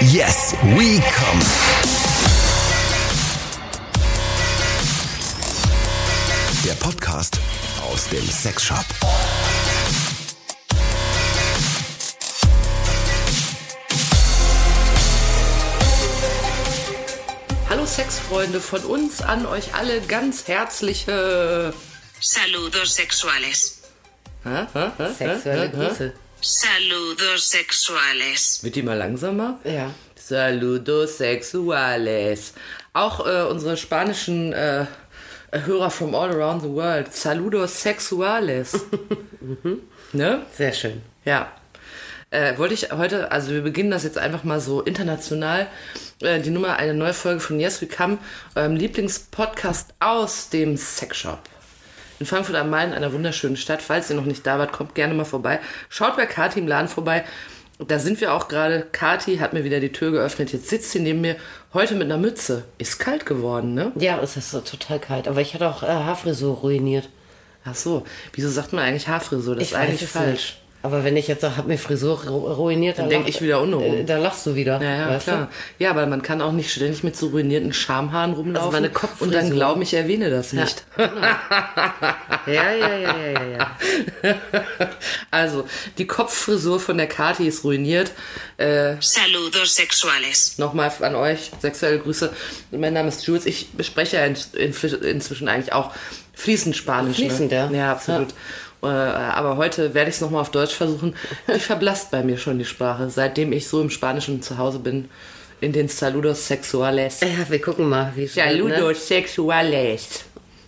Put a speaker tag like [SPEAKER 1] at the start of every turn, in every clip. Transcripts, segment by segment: [SPEAKER 1] Yes, we come. Der Podcast aus dem Sexshop.
[SPEAKER 2] Hallo Sexfreunde, von uns an euch alle ganz herzliche.
[SPEAKER 3] Saludos sexuales.
[SPEAKER 2] Hä? Hä? Hä?
[SPEAKER 4] Sexuelle
[SPEAKER 2] Hä? Hä?
[SPEAKER 4] Grüße.
[SPEAKER 3] Saludos sexuales.
[SPEAKER 2] Wird die mal langsamer?
[SPEAKER 4] Ja.
[SPEAKER 2] Saludos sexuales. Auch äh, unsere spanischen äh, Hörer from all around the world. Saludos sexuales. ne?
[SPEAKER 4] Mhm. Sehr schön.
[SPEAKER 2] Ja. Äh, wollte ich heute, also wir beginnen das jetzt einfach mal so international. Äh, die Nummer, eine neue Folge von Yes We Come, eurem Lieblingspodcast aus dem Sexshop. In Frankfurt am Main, einer wunderschönen Stadt. Falls ihr noch nicht da wart, kommt gerne mal vorbei. Schaut bei Kati im Laden vorbei. Da sind wir auch gerade. Kati hat mir wieder die Tür geöffnet. Jetzt sitzt sie neben mir. Heute mit einer Mütze. Ist kalt geworden, ne?
[SPEAKER 4] Ja, es ist so total kalt. Aber ich hatte auch äh, Haarfrisur ruiniert.
[SPEAKER 2] Ach so. Wieso sagt man eigentlich Haarfrisur? Das ist eigentlich
[SPEAKER 4] es
[SPEAKER 2] falsch.
[SPEAKER 4] Nicht. Aber wenn ich jetzt sage, hab mir Frisur ru- ruiniert, dann,
[SPEAKER 2] denk
[SPEAKER 4] lach-
[SPEAKER 2] ich wieder untenrum.
[SPEAKER 4] Äh, dann lachst du wieder.
[SPEAKER 2] Ja, ja
[SPEAKER 4] weißt
[SPEAKER 2] klar. Ja, aber man kann auch nicht ständig mit so ruinierten Schamhaaren rumlaufen
[SPEAKER 4] Also meine Kopffrisur.
[SPEAKER 2] und dann glauben, ich erwähne das nicht.
[SPEAKER 4] Du? Ja, ja, ja, ja, ja, ja.
[SPEAKER 2] also, die Kopffrisur von der Kati ist ruiniert. Äh,
[SPEAKER 3] Saludos sexuales.
[SPEAKER 2] Nochmal an euch sexuelle Grüße. Mein Name ist Jules. Ich bespreche ja in, in, inzwischen eigentlich auch fließend Spanisch.
[SPEAKER 4] Fließend,
[SPEAKER 2] ne?
[SPEAKER 4] ja.
[SPEAKER 2] Ja, absolut. Äh, aber heute werde ich es nochmal auf Deutsch versuchen. Die verblasst bei mir schon die Sprache, seitdem ich so im Spanischen zu Hause bin. In den Saludos Sexuales.
[SPEAKER 4] Ja, wir gucken mal, wie es wird,
[SPEAKER 2] Saludo
[SPEAKER 4] ne?
[SPEAKER 2] sexuales.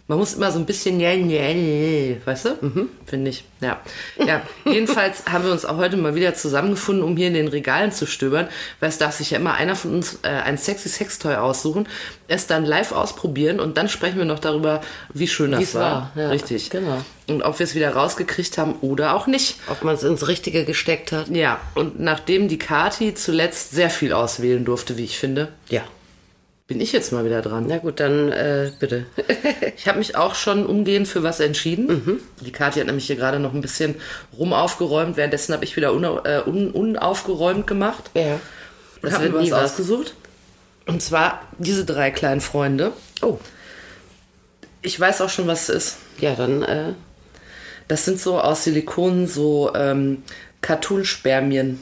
[SPEAKER 2] Man muss immer so ein bisschen, yeah, yeah, yeah, weißt du?
[SPEAKER 4] Mhm.
[SPEAKER 2] Finde ich. Ja. ja. Jedenfalls haben wir uns auch heute mal wieder zusammengefunden, um hier in den Regalen zu stöbern, weil es darf sich ja immer einer von uns äh, ein sexy Sextoy aussuchen, es dann live ausprobieren und dann sprechen wir noch darüber, wie schön das
[SPEAKER 4] Wie's
[SPEAKER 2] war.
[SPEAKER 4] war, ja.
[SPEAKER 2] Richtig.
[SPEAKER 4] Genau.
[SPEAKER 2] Und ob wir es wieder rausgekriegt haben oder auch nicht.
[SPEAKER 4] Ob man es ins Richtige gesteckt hat.
[SPEAKER 2] Ja. Und nachdem die Kati zuletzt sehr viel auswählen durfte, wie ich finde,
[SPEAKER 4] Ja.
[SPEAKER 2] bin ich jetzt mal wieder dran.
[SPEAKER 4] Na gut, dann äh, bitte.
[SPEAKER 2] Ich habe mich auch schon umgehend für was entschieden.
[SPEAKER 4] Mhm.
[SPEAKER 2] Die Kathi hat nämlich hier gerade noch ein bisschen rum aufgeräumt. Währenddessen habe ich wieder una- äh, un, unaufgeräumt gemacht.
[SPEAKER 4] ja.
[SPEAKER 2] Und
[SPEAKER 4] Das
[SPEAKER 2] habe
[SPEAKER 4] wird
[SPEAKER 2] mir was
[SPEAKER 4] nie was.
[SPEAKER 2] ausgesucht. Und zwar diese drei kleinen Freunde.
[SPEAKER 4] Oh.
[SPEAKER 2] Ich weiß auch schon, was es ist.
[SPEAKER 4] Ja, dann äh,
[SPEAKER 2] Das sind so aus Silikon so ähm, Cartoon-Spermien.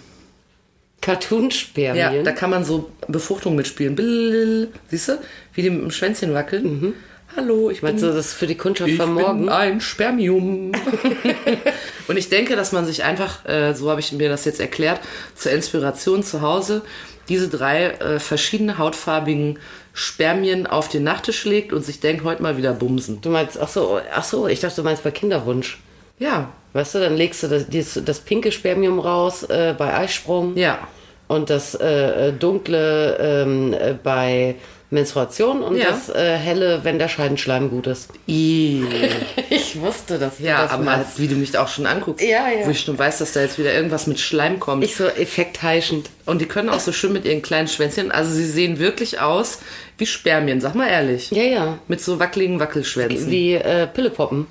[SPEAKER 2] Ja,
[SPEAKER 4] Cartoon-Spermien.
[SPEAKER 2] da kann man so Befruchtung mitspielen. Blililil. Siehst du? Wie die mit dem Schwänzchen wackeln. Hallo, ich bin
[SPEAKER 4] Mhm. Meinst du, das ist für die Kundschaft
[SPEAKER 2] Ich
[SPEAKER 4] von morgen?
[SPEAKER 2] bin ein Spermium. und ich denke, dass man sich einfach, äh, so habe ich mir das jetzt erklärt, zur Inspiration zu Hause diese drei äh, verschiedene hautfarbigen Spermien auf den Nachttisch legt und sich denkt, heute mal wieder bumsen.
[SPEAKER 4] Du meinst, ach so, ach so, ich dachte, du meinst bei Kinderwunsch.
[SPEAKER 2] Ja,
[SPEAKER 4] Weißt du, dann legst du das, dieses- das pinke Spermium raus äh, bei Eisprung
[SPEAKER 2] ja.
[SPEAKER 4] und das äh, äh, dunkle ähm, äh, bei Menstruation und
[SPEAKER 2] Ja.
[SPEAKER 4] das äh, helle, wenn der Scheidenschleim gut ist.
[SPEAKER 2] I.
[SPEAKER 4] Ich wusste das.
[SPEAKER 2] Ja, aber wie du mich auch schon anguckst,
[SPEAKER 4] Ja, ja.
[SPEAKER 2] wo ich schon weiß, dass da jetzt wieder irgendwas mit Schleim kommt.
[SPEAKER 4] ich so effektheischend.
[SPEAKER 2] und die können auch so schön mit ihren kleinen Schwänzchen, also sie sehen wirklich aus wie Spermien, sag mal ehrlich.
[SPEAKER 4] Ja, ja.
[SPEAKER 2] Mit so wackeligen Wackelschwänzen.
[SPEAKER 4] Wie äh, Pillepoppen.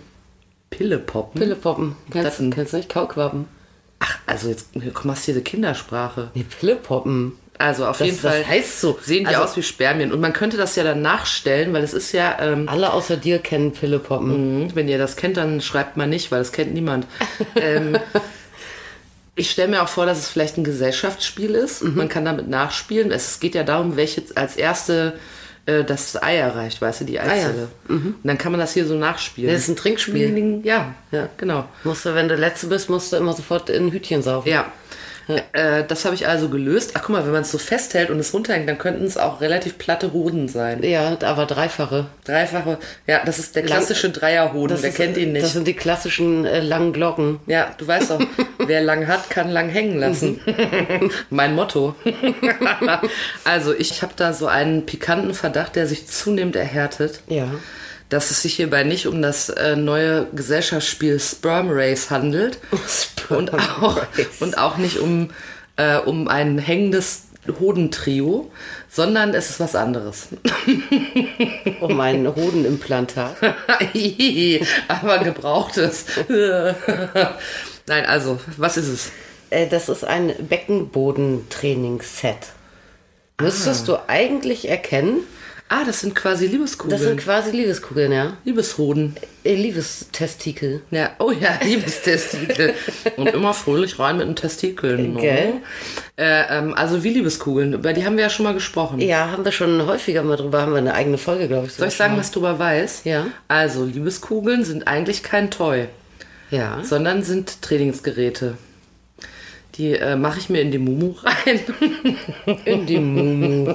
[SPEAKER 2] Pillepoppen.
[SPEAKER 4] Pillepoppen. Kennst
[SPEAKER 2] denn?
[SPEAKER 4] du kennst du nicht? Kauquappen.
[SPEAKER 2] Ach, also jetzt kommst du hier die Kindersprache.
[SPEAKER 4] Nee, Pillepoppen.
[SPEAKER 2] Also auf
[SPEAKER 4] Das-
[SPEAKER 2] jeden
[SPEAKER 4] das
[SPEAKER 2] Fall
[SPEAKER 4] heißt so.
[SPEAKER 2] sehen die
[SPEAKER 4] Also-
[SPEAKER 2] aus wie Spermien. Und man könnte das ja dann nachstellen, weil es ist ja, ähm, mhm,
[SPEAKER 4] Alle außer dir kennen Pillepoppen.
[SPEAKER 2] wenn ihr das kennt, dann schreibt mal nicht, weil das kennt niemand. ähm, ich stelle mir auch vor, dass es vielleicht ein Gesellschaftsspiel ist.
[SPEAKER 4] Mhm.
[SPEAKER 2] Man kann damit nachspielen. Es geht ja darum, welche als erste äh, das Ei erreicht, weißt du,
[SPEAKER 4] Ah
[SPEAKER 2] die Eizelle. Und dann kann man das hier so nachspielen.
[SPEAKER 4] Mhm. Das ist ein Trinkspiel.
[SPEAKER 2] ja, ja,
[SPEAKER 4] Ja.
[SPEAKER 2] genau.
[SPEAKER 4] Musst du, wenn du letzte bist, musst du immer sofort in ein Hütchen saufen.
[SPEAKER 2] Ja. Äh, das habe ich also gelöst. Ach guck mal, wenn man es so festhält und es runterhängt, dann könnten es auch relativ platte Hoden sein.
[SPEAKER 4] Ja, aber dreifache.
[SPEAKER 2] Dreifache, ja, das ist der klassische Dreierhoden, wer
[SPEAKER 4] ist-
[SPEAKER 2] kennt ihn
[SPEAKER 4] Das
[SPEAKER 2] nicht?
[SPEAKER 4] sind die klassischen äh, langen Glocken.
[SPEAKER 2] Ja, du weißt doch, wer lang hat, kann lang hängen lassen. mein Motto. also ich habe da so einen pikanten Verdacht, der sich zunehmend erhärtet,
[SPEAKER 4] Ja.
[SPEAKER 2] dass es sich hierbei nicht um das äh, neue Gesellschaftsspiel Sperm Race handelt und auch, und auch nicht um, äh, um ein hängendes Hodentrio, sondern es ist was anderes.
[SPEAKER 4] Oh, mein Hodenimplantat.
[SPEAKER 2] Ii, Aber gebrauchtes. Nein, also, was ist es?
[SPEAKER 4] Äh, das ist ein Beckenbodentrainingsset. müsstest du eigentlich erkennen,
[SPEAKER 2] Ah, das sind quasi Liebeskugeln.
[SPEAKER 4] das sind quasi Liebeskugeln, ja.
[SPEAKER 2] Liebeshoden.
[SPEAKER 4] Äh, Liebestestikel.
[SPEAKER 2] Ja, oh ja, Liebestestikel. Und immer fröhlich rein mit den Testikeln. ne?
[SPEAKER 4] Gell?
[SPEAKER 2] Äh, ähm, also wie Liebeskugeln, über die haben wir ja schon mal gesprochen.
[SPEAKER 4] Ja, haben wir schon häufiger mal drüber, haben wir eine eigene Folge, glaube ich.
[SPEAKER 2] Soll ich sagen, was du darüber weißt?
[SPEAKER 4] Ja.
[SPEAKER 2] Also, Liebeskugeln sind eigentlich kein Toy,
[SPEAKER 4] Ja.
[SPEAKER 2] sondern sind Trainingsgeräte. Die äh, mache ich mir in die Mumu rein.
[SPEAKER 4] In die Mumu.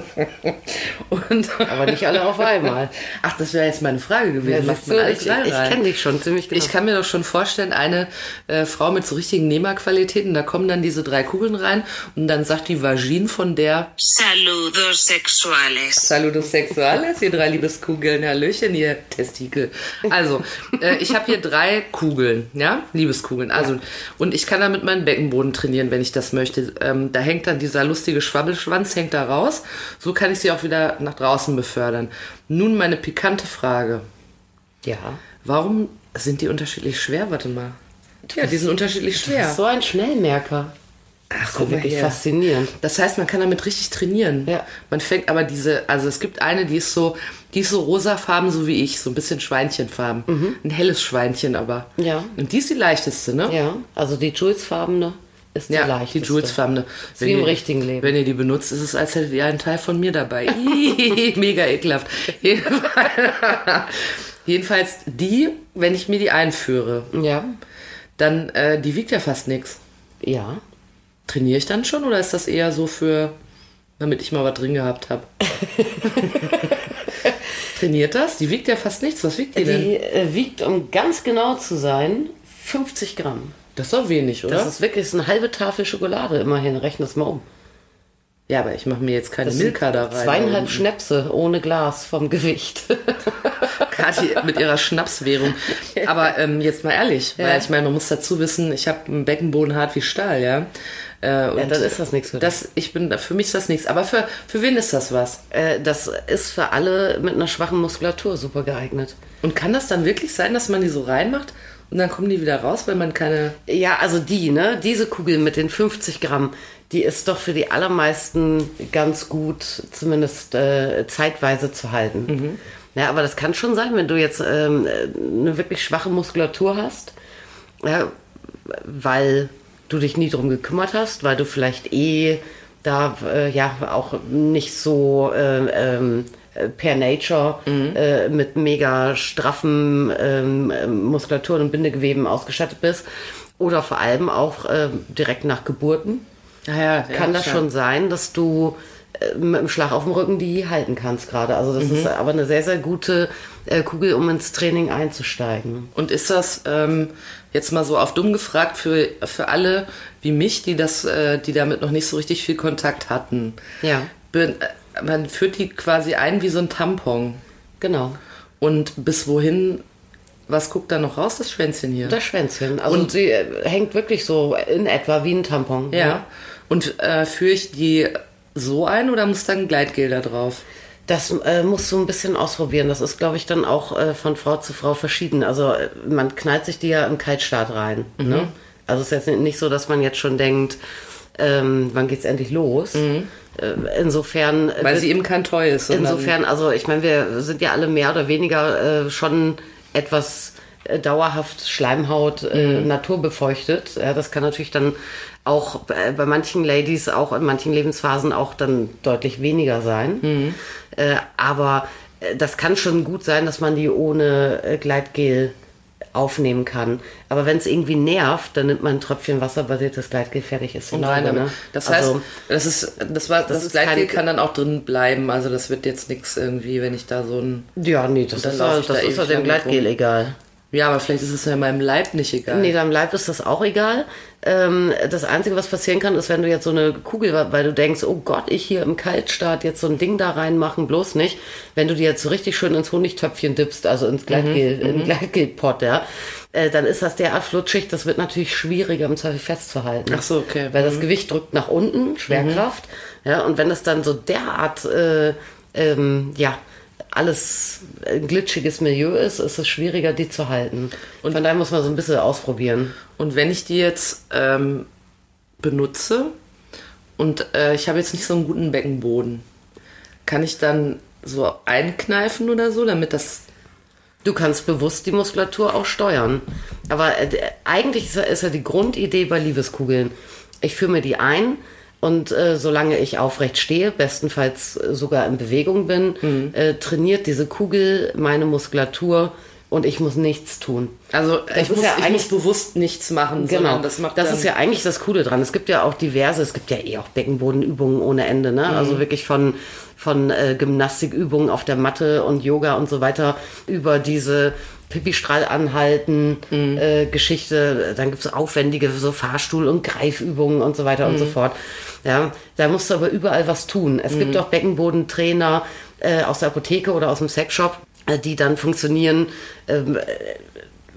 [SPEAKER 2] Und
[SPEAKER 4] Aber nicht alle auf einmal.
[SPEAKER 2] Ach, das wäre jetzt meine Frage
[SPEAKER 4] Ja,
[SPEAKER 2] gewesen.
[SPEAKER 4] siehst
[SPEAKER 2] Macht man
[SPEAKER 4] du,
[SPEAKER 2] alles
[SPEAKER 4] ich
[SPEAKER 2] drei
[SPEAKER 4] ich
[SPEAKER 2] rein?
[SPEAKER 4] kenne dich schon ziemlich genau.
[SPEAKER 2] Ich kann mir doch schon vorstellen, eine äh, Frau mit so richtigen Nehmerqualitäten, da kommen dann diese drei Kugeln rein und dann sagt die Vagine von der
[SPEAKER 3] Saludos sexuales.
[SPEAKER 2] Saludos Sexuales, ihr drei Liebeskugeln, Hallöchen, ihr Testikel. Also, äh, ich habe hier drei Kugeln, ja, Liebeskugeln. Also, und ich kann damit meinen Beckenboden trainieren, wenn ich das möchte. Ähm, da hängt dann dieser lustige Schwabbelschwanz, hängt da raus. So kann ich sie auch wieder nach draußen befördern. Nun meine pikante Frage.
[SPEAKER 4] ja.
[SPEAKER 2] Warum sind die unterschiedlich schwer? Warte mal. Ja, die sind unterschiedlich schwer.
[SPEAKER 4] So ein Schnellmerker.
[SPEAKER 2] Ach,
[SPEAKER 4] Das ist wirklich faszinierend.
[SPEAKER 2] Das heißt, man kann damit richtig trainieren.
[SPEAKER 4] Ja.
[SPEAKER 2] Man fängt aber diese, also es gibt eine, die ist so, die ist so rosafarben, so wie ich, so ein bisschen Schweinchenfarben. Ein helles Schweinchen aber.
[SPEAKER 4] Mhm. Ja.
[SPEAKER 2] Und die ist die leichteste, ne?
[SPEAKER 4] Ja, also die Jules-farbene ist die
[SPEAKER 2] Ja,
[SPEAKER 4] leichteste.
[SPEAKER 2] die Jules-farbene.
[SPEAKER 4] Ist wie im richtigen Leben.
[SPEAKER 2] Wenn ihr die benutzt, ist es, als hättet ihr einen Teil von mir dabei. Ih, Mega ekelhaft. Jedenfalls- Jedenfalls die, wenn ich mir die einführe,
[SPEAKER 4] Ja,
[SPEAKER 2] dann, äh, die wiegt ja fast nichts.
[SPEAKER 4] ja.
[SPEAKER 2] Trainiere ich dann schon oder ist das eher so für, damit ich mal was drin gehabt habe? Trainiert das? Die wiegt ja fast nichts. Was wiegt die, denn?
[SPEAKER 4] Die äh, wiegt, um ganz genau zu sein, 50 Gramm.
[SPEAKER 2] Das ist doch wenig, oder?
[SPEAKER 4] Das ist wirklich das ist eine halbe Tafel Schokolade, immerhin. Rechne das mal um.
[SPEAKER 2] ja, aber ich mache mir jetzt keine
[SPEAKER 4] Das sind
[SPEAKER 2] Milka da rein.
[SPEAKER 4] Zweieinhalb
[SPEAKER 2] Und
[SPEAKER 4] Schnäpse ohne Glas vom Gewicht.
[SPEAKER 2] Kathi mit ihrer Schnapswährung. Aber ähm, jetzt mal ehrlich,
[SPEAKER 4] Ja.
[SPEAKER 2] weil ich meine, man muss dazu wissen, ich habe einen Beckenboden hart wie Stahl, ja. Äh, und
[SPEAKER 4] dann ist das nichts für dich.
[SPEAKER 2] das, ich bin, Für mich ist das nichts. Aber für, für wen ist das was?
[SPEAKER 4] äh, das ist für alle mit einer schwachen Muskulatur super geeignet.
[SPEAKER 2] Und kann das dann wirklich sein, dass man die so reinmacht und dann kommen die wieder raus, weil man keine...
[SPEAKER 4] Ja, also die, ne? Diese Kugel mit den 50 Gramm, die ist doch für die allermeisten ganz gut, zumindest äh, zeitweise zu halten. Ja, aber das kann schon sein, wenn du jetzt ähm, äh, eine wirklich schwache Muskulatur hast, ja, weil du dich nie drum gekümmert hast, weil du vielleicht eh da äh, ja auch nicht so ähm, ähm, per Nature äh, mit mega straffen ähm, ähm, Muskulaturen und Bindegeweben ausgestattet bist. Oder vor allem auch äh, direkt nach Geburten
[SPEAKER 2] Naja,
[SPEAKER 4] kann das schon sein, dass du äh, mit dem Schlag auf dem Rücken die halten kannst gerade. Also das ist aber eine sehr, sehr gute äh, Kugel, um ins Training einzusteigen.
[SPEAKER 2] Und ist das ähm, jetzt mal so auf dumm gefragt für, für alle wie mich, die das, äh, die damit noch nicht so richtig viel Kontakt hatten?
[SPEAKER 4] Ja.
[SPEAKER 2] Bin, äh, man führt die quasi ein wie so ein Tampon.
[SPEAKER 4] Genau.
[SPEAKER 2] Und bis wohin, was guckt da noch raus, das Schwänzchen hier?
[SPEAKER 4] Das Schwänzchen. Also
[SPEAKER 2] Und-
[SPEAKER 4] sie äh, hängt wirklich so in etwa wie ein Tampon. ne?
[SPEAKER 2] ja. Und äh, führe ich die so ein oder muss da ein Gleitgel da drauf?
[SPEAKER 4] Das äh, musst du ein bisschen ausprobieren. Das ist, glaube ich, dann auch äh, von Frau zu Frau verschieden. Also äh, man knallt sich die ja im Kaltstart rein.
[SPEAKER 2] Mhm.
[SPEAKER 4] Ne? Also es ist jetzt nicht so, dass man jetzt schon denkt, ähm, wann geht's endlich los? Äh, insofern. äh,
[SPEAKER 2] Mhm. Weil
[SPEAKER 4] wird-
[SPEAKER 2] sie eben kein Toy ist. sondern-
[SPEAKER 4] Insofern, also ich meine, wir sind ja alle mehr oder weniger äh, schon etwas äh, dauerhaft Schleimhaut äh,
[SPEAKER 2] Mhm.
[SPEAKER 4] naturbefeuchtet. Ja, das kann natürlich dann auch bei, bei manchen Ladies, auch in manchen Lebensphasen auch dann deutlich weniger sein.
[SPEAKER 2] Mhm.
[SPEAKER 4] Äh, aber äh, das kann schon gut sein, dass man die ohne äh, Gleitgel aufnehmen kann. Aber wenn es irgendwie nervt, dann nimmt man ein Tröpfchen Wasser, basiert das Gleitgel fertig ist.
[SPEAKER 2] Und
[SPEAKER 4] Glaube,
[SPEAKER 2] rein damit.
[SPEAKER 4] ne?
[SPEAKER 2] Das heißt,
[SPEAKER 4] Also-
[SPEAKER 2] das ist, das war, das,
[SPEAKER 4] ist
[SPEAKER 2] Gleitgel
[SPEAKER 4] kein-
[SPEAKER 2] kann dann auch drin bleiben. Also das wird jetzt nichts irgendwie, wenn ich da so ein
[SPEAKER 4] ja, nee, das
[SPEAKER 2] dann
[SPEAKER 4] ist,
[SPEAKER 2] lauf
[SPEAKER 4] ja-
[SPEAKER 2] ich da
[SPEAKER 4] das ist
[SPEAKER 2] ewig
[SPEAKER 4] ja dem
[SPEAKER 2] lang mit
[SPEAKER 4] Gleitgel
[SPEAKER 2] rum.
[SPEAKER 4] egal.
[SPEAKER 2] Ja, aber vielleicht ist es ja meinem Leib nicht egal.
[SPEAKER 4] Nee, deinem Leib ist das auch egal. Ähm, das Einzige, was passieren kann, ist, wenn du jetzt so eine Kugel, weil du denkst, oh Gott, ich hier im Kaltstart jetzt so ein Ding da reinmachen, bloß nicht. Wenn du die jetzt so richtig schön ins Honigtöpfchen dippst, also ins Gleitgel, im Gleitgelpot, ja, äh, dann ist das derart flutschig, das wird natürlich schwieriger im Zweifel festzuhalten.
[SPEAKER 2] Ach so, okay. Mhm.
[SPEAKER 4] Weil das Gewicht drückt nach unten, Schwerkraft. Ja, und wenn das dann so derart, äh, ähm, ja, alles ein glitschiges Milieu ist, ist es schwieriger, die zu halten. Und von daher muss man so ein bisschen ausprobieren.
[SPEAKER 2] Und wenn ich die jetzt ähm, benutze und äh, ich habe jetzt nicht so einen guten Beckenboden, Kann ich dann so einkneifen oder so, damit das.
[SPEAKER 4] Du kannst bewusst die Muskulatur auch steuern. Aber äh, eigentlich ist ja, ist ja die Grundidee bei Liebeskugeln. Ich führe mir die ein und äh, solange ich aufrecht stehe, bestenfalls äh, sogar in Bewegung bin, äh, trainiert diese Kugel meine Muskulatur und ich muss nichts tun.
[SPEAKER 2] Also ich,
[SPEAKER 4] ist
[SPEAKER 2] muss,
[SPEAKER 4] ja
[SPEAKER 2] ich muss
[SPEAKER 4] eigentlich-
[SPEAKER 2] bewusst nichts machen,
[SPEAKER 4] Genau,
[SPEAKER 2] sondern
[SPEAKER 4] das,
[SPEAKER 2] das macht dann,
[SPEAKER 4] ist ja eigentlich das Coole dran. Es gibt ja auch diverse, es gibt ja eh auch Beckenbodenübungen ohne Ende, ne?
[SPEAKER 2] Mhm.
[SPEAKER 4] Also wirklich von, von äh, Gymnastikübungen auf der Matte und Yoga und so weiter über diese Pipistrahl anhalten,
[SPEAKER 2] Mhm.
[SPEAKER 4] äh, Geschichte, dann gibt's aufwendige so Fahrstuhl- und Greifübungen und so weiter
[SPEAKER 2] Mhm.
[SPEAKER 4] und so fort. Ja, da musst du aber überall was tun. Es
[SPEAKER 2] Mhm.
[SPEAKER 4] gibt auch Beckenbodentrainer äh, aus der Apotheke oder aus dem Sexshop, äh, die dann funktionieren,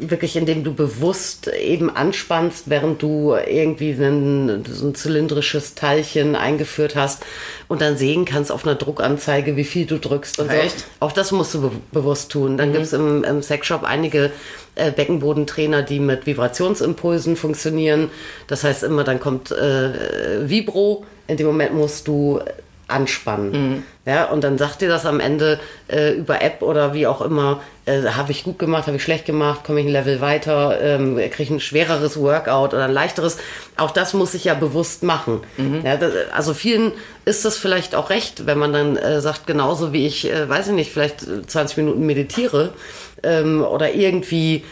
[SPEAKER 4] wirklich, indem du bewusst eben anspannst, während du irgendwie einen, so ein zylindrisches Teilchen eingeführt hast und dann sehen kannst auf einer Druckanzeige, wie viel du drückst und
[SPEAKER 2] Echt?
[SPEAKER 4] so. Auch das musst du be bewusst tun. Dann gibt's im, im Sexshop einige äh, Beckenbodentrainer, die mit Vibrationsimpulsen funktionieren. Das heißt immer, dann kommt äh, Vibro. In dem Moment musst du äh, anspannen. Ja, und dann sagt dir das am Ende äh, über App oder wie auch immer, äh, habe ich gut gemacht, habe ich schlecht gemacht, komme ich ein Level weiter, ähm, kriege ich ein schwereres Workout oder ein leichteres. Auch das muss ich ja bewusst machen. Ja, das, also vielen ist das vielleicht auch recht, wenn man dann äh, sagt, genauso wie ich, äh, weiß ich nicht, vielleicht äh, 20 Minuten meditiere ähm, oder irgendwie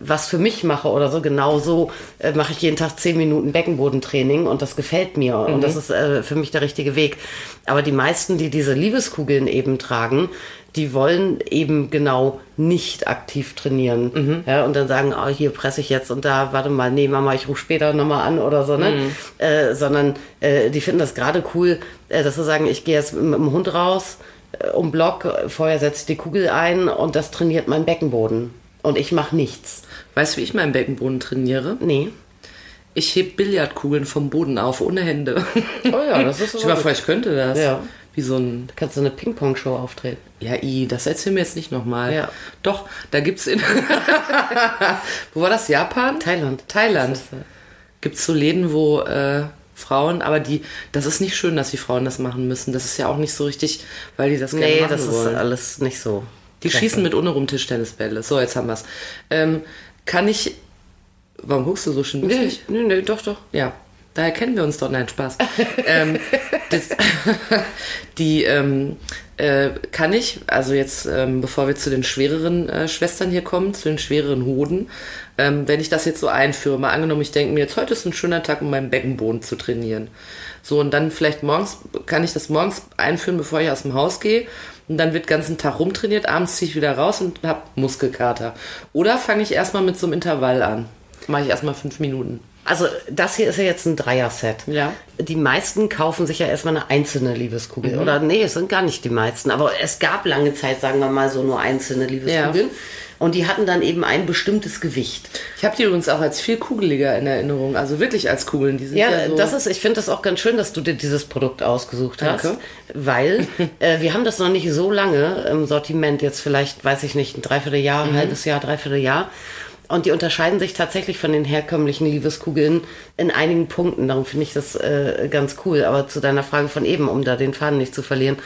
[SPEAKER 4] was für mich mache oder so. Genauso äh, mache ich jeden Tag 10 Minuten Beckenbodentraining und das gefällt mir und das ist äh, für mich der richtige Weg. Aber die meisten, die diese Liebeskugeln eben tragen, die wollen eben genau nicht aktiv trainieren. Ja, und dann sagen, oh, hier presse ich jetzt und da, warte mal, nee, Mama, ich rufe später nochmal an oder so, ne? Äh, sondern äh, die finden das gerade cool, äh, dass sie sagen, ich gehe jetzt mit dem Hund raus äh, um den Block, äh, vorher setze ich die Kugel ein und das trainiert meinen Beckenboden. Und ich mache nichts.
[SPEAKER 2] weißt du, wie ich meinen Beckenboden trainiere?
[SPEAKER 4] Nee.
[SPEAKER 2] Ich heb Billardkugeln vom Boden auf, ohne Hände.
[SPEAKER 4] Oh ja, das ist
[SPEAKER 2] Ich
[SPEAKER 4] aber
[SPEAKER 2] war
[SPEAKER 4] gut.
[SPEAKER 2] vor, ich könnte das.
[SPEAKER 4] Ja.
[SPEAKER 2] Wie so ein,
[SPEAKER 4] Kannst du eine Ping-Pong-Show auftreten?
[SPEAKER 2] ja, i, das erzählen wir jetzt nicht nochmal.
[SPEAKER 4] Ja.
[SPEAKER 2] Doch, da gibt's in, wo war das, Japan?
[SPEAKER 4] Thailand.
[SPEAKER 2] Thailand.
[SPEAKER 4] Das ist, äh,
[SPEAKER 2] Gibt's so Läden, wo äh, Frauen, aber die, das ist nicht schön, dass die Frauen das machen müssen. Das ist ja auch nicht so richtig, weil die das gerne
[SPEAKER 4] Nee,
[SPEAKER 2] machen
[SPEAKER 4] das ist
[SPEAKER 2] wollen.
[SPEAKER 4] alles nicht so.
[SPEAKER 2] Die
[SPEAKER 4] Klasse.
[SPEAKER 2] schießen mit ohne rum Tischtennisbälle. So, jetzt haben wir's. Ähm, kann ich, warum guckst du so schön
[SPEAKER 4] Nee,
[SPEAKER 2] witzig?
[SPEAKER 4] nee, nee, doch, doch.
[SPEAKER 2] Ja, daher kennen wir uns doch. Nein, Spaß. ähm, das, die ähm, äh, kann ich, also jetzt, ähm, bevor wir zu den schwereren äh, Schwestern hier kommen, zu den schwereren Hoden, ähm, wenn ich das jetzt so einführe, mal angenommen, ich denke mir, jetzt heute ist ein schöner Tag, um meinen Beckenboden zu trainieren. So, und dann vielleicht morgens, kann ich das morgens einführen, bevor ich aus dem Haus gehe. Und dann wird den ganzen Tag rumtrainiert, abends ziehe ich wieder raus und habe Muskelkater. Oder fange ich erstmal mit so einem Intervall an. Mache ich erstmal fünf Minuten.
[SPEAKER 4] Also das hier ist ja jetzt ein Dreier-Set.
[SPEAKER 2] Ja.
[SPEAKER 4] Die meisten kaufen sich ja erstmal eine einzelne Liebeskugel.
[SPEAKER 2] Mhm.
[SPEAKER 4] Oder nee, es sind gar nicht die meisten. Aber es gab lange Zeit, sagen wir mal, so nur einzelne Liebeskugeln. Und die hatten dann eben ein bestimmtes Gewicht.
[SPEAKER 2] Ich habe die übrigens auch als viel kugeliger in Erinnerung, also wirklich als Kugeln. Die sind ja,
[SPEAKER 4] Ja,
[SPEAKER 2] so,
[SPEAKER 4] das ist, ich finde das auch ganz schön, dass du dir dieses Produkt ausgesucht
[SPEAKER 2] Danke.
[SPEAKER 4] hast, weil äh, wir haben das noch nicht so lange im Sortiment, jetzt vielleicht, weiß ich nicht, ein Dreivierteljahr,
[SPEAKER 2] Mhm.
[SPEAKER 4] ein halbes Jahr, Dreivierteljahr. Und die unterscheiden sich tatsächlich von den herkömmlichen Liebeskugeln in einigen Punkten. Darum finde ich das äh, ganz cool. Aber zu deiner Frage von eben, um da den Faden nicht zu verlieren,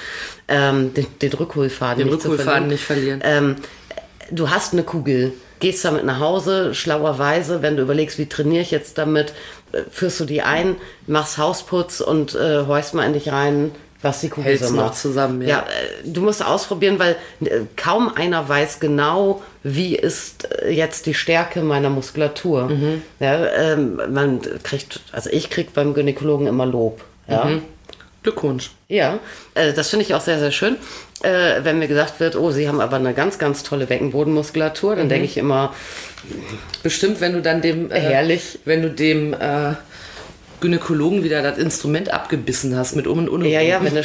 [SPEAKER 4] ähm, den, den Rückholfaden
[SPEAKER 2] Den
[SPEAKER 4] nicht zu
[SPEAKER 2] Rückholfaden
[SPEAKER 4] verlieren.
[SPEAKER 2] nicht verlieren.
[SPEAKER 4] Ähm, du hast eine Kugel, gehst damit nach Hause, schlauerweise, wenn du überlegst, wie trainiere ich jetzt damit, äh, führst du die ein, machst Hausputz und äh, horchst mal in dich rein, was die Kugel
[SPEAKER 2] Hält's
[SPEAKER 4] so
[SPEAKER 2] noch
[SPEAKER 4] macht.
[SPEAKER 2] zusammen, ja.
[SPEAKER 4] ja äh, du musst ausprobieren, weil äh, kaum einer weiß genau, wie ist äh, jetzt die Stärke meiner Muskulatur.
[SPEAKER 2] Mhm.
[SPEAKER 4] Ja, ähm, man kriegt, also ich krieg beim Gynäkologen immer Lob. Ja.
[SPEAKER 2] Mhm. Glückwunsch.
[SPEAKER 4] Ja, äh, das finde ich auch sehr, sehr schön. Äh, wenn mir gesagt wird, oh, Sie haben aber eine ganz, ganz tolle Beckenbodenmuskulatur, dann
[SPEAKER 2] Mhm.
[SPEAKER 4] denke ich immer,
[SPEAKER 2] Bestimmt, wenn du dann dem äh,
[SPEAKER 4] Herrlich.
[SPEAKER 2] wenn du dem äh, Gynäkologen wieder das Instrument abgebissen hast mit um und ohne.
[SPEAKER 4] ja, ja,
[SPEAKER 2] Rum.
[SPEAKER 4] wenn das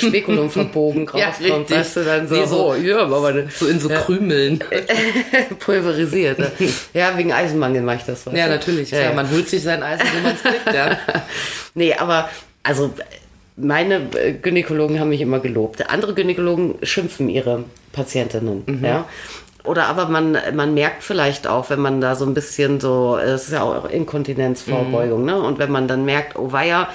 [SPEAKER 4] Spekulum verbogen
[SPEAKER 2] Ja,
[SPEAKER 4] rauskommt,
[SPEAKER 2] richtig.
[SPEAKER 4] weißt du, dann so,
[SPEAKER 2] Nee, so-
[SPEAKER 4] oh, ja, aber meine,
[SPEAKER 2] so in so Krümeln.
[SPEAKER 4] pulverisiert. Ne? ja, wegen Eisenmangel mache ich das. weißt
[SPEAKER 2] Ja,
[SPEAKER 4] du?
[SPEAKER 2] natürlich. Klar, Man holt sich sein Eisen, wo man es kriegt. Ja.
[SPEAKER 4] nee, aber also meine äh, Gynäkologen haben mich immer gelobt. Andere Gynäkologen schimpfen ihre Patientinnen. Ja? Oder aber man, man merkt vielleicht auch, wenn man da so ein bisschen so, es ist ja auch Inkontinenzvorbeugung, ne? Und wenn man dann merkt, oh weia,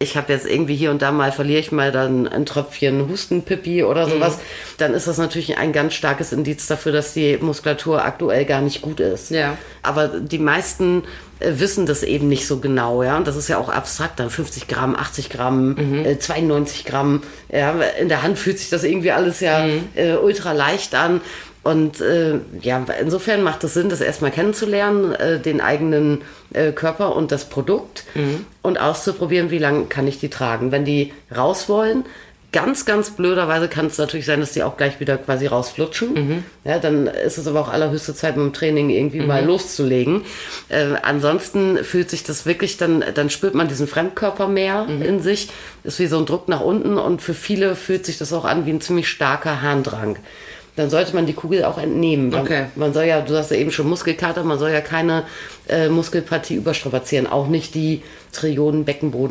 [SPEAKER 4] ich habe jetzt irgendwie hier und da mal, verliere ich mal dann ein Tröpfchen Hustenpipi oder sowas, dann ist das natürlich ein ganz starkes Indiz dafür, dass die Muskulatur aktuell gar nicht gut ist.
[SPEAKER 2] Ja.
[SPEAKER 4] Aber die meisten äh, wissen das eben nicht so genau, ja. Und das ist ja auch abstrakt, dann 50 Gramm, 80 Gramm, äh, 92 Gramm. Ja, in der Hand fühlt sich das irgendwie alles ja äh, ultra leicht an. Und äh, ja, insofern macht es Sinn, das erstmal kennenzulernen, äh, den eigenen äh, Körper und das Produkt und auszuprobieren, wie lange kann ich die tragen. Wenn die raus wollen, ganz, ganz blöderweise kann es natürlich sein, dass die auch gleich wieder quasi rausflutschen. Ja, dann ist es aber auch allerhöchste Zeit, mit dem Training irgendwie mal loszulegen. Äh, ansonsten fühlt sich das wirklich, dann, dann spürt man diesen Fremdkörper mehr in sich, ist wie so ein Druck nach unten und für viele fühlt sich das auch an wie ein ziemlich starker Harndrang. Dann sollte man die Kugel auch entnehmen. Man-
[SPEAKER 2] Okay.
[SPEAKER 4] Man soll ja, du sagst ja eben schon Muskelkater, man soll ja keine äh, Muskelpartie überstrapazieren, auch nicht die Trillionen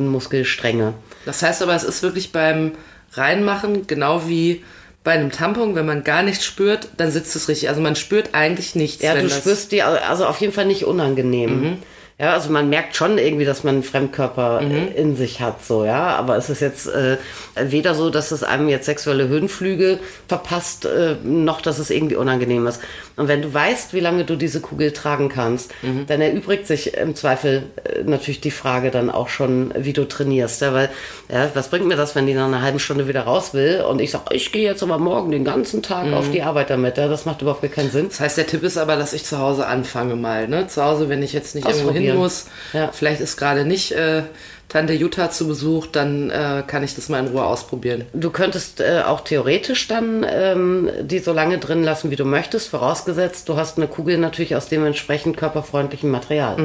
[SPEAKER 4] Beckenbodenmuskelstränge.
[SPEAKER 2] Das heißt aber, es ist wirklich beim Reinmachen genau wie bei einem Tampon, wenn man gar nichts spürt, dann sitzt es richtig. Also man spürt eigentlich nichts.
[SPEAKER 4] Ja,
[SPEAKER 2] wenn
[SPEAKER 4] du
[SPEAKER 2] das, Mhm.
[SPEAKER 4] spürst die, also auf jeden Fall nicht unangenehm. Ja, also man merkt schon irgendwie, dass man einen Fremdkörper
[SPEAKER 2] Mhm.
[SPEAKER 4] äh, in sich hat, so, ja. Aber es ist jetzt äh, weder so, dass es einem jetzt sexuelle Höhenflüge verpasst, äh, noch dass es irgendwie unangenehm ist. Und wenn du weißt, wie lange du diese Kugel tragen kannst,
[SPEAKER 2] Mhm.
[SPEAKER 4] dann erübrigt sich im Zweifel äh, natürlich die Frage dann auch schon, wie du trainierst. Ja, weil, ja, was bringt mir das, wenn die nach einer halben Stunde wieder raus will und ich sage, ich gehe jetzt aber morgen den ganzen Tag
[SPEAKER 2] Mhm.
[SPEAKER 4] auf die Arbeit damit. Ja, das macht überhaupt gar keinen Sinn.
[SPEAKER 2] Das heißt, der Tipp ist aber, dass ich zu Hause anfange mal. Ne? Zu Hause, wenn ich jetzt nicht irgendwo hin
[SPEAKER 4] Ausprobieren.
[SPEAKER 2] muss,
[SPEAKER 4] Ja.
[SPEAKER 2] vielleicht ist gerade nicht äh, Tante Jutta zu Besuch, dann äh, kann ich das mal in Ruhe ausprobieren.
[SPEAKER 4] Du könntest äh, auch theoretisch dann ähm, die so lange drin lassen, wie du möchtest, vorausgesetzt, du hast eine Kugel natürlich aus dementsprechend körperfreundlichem Material.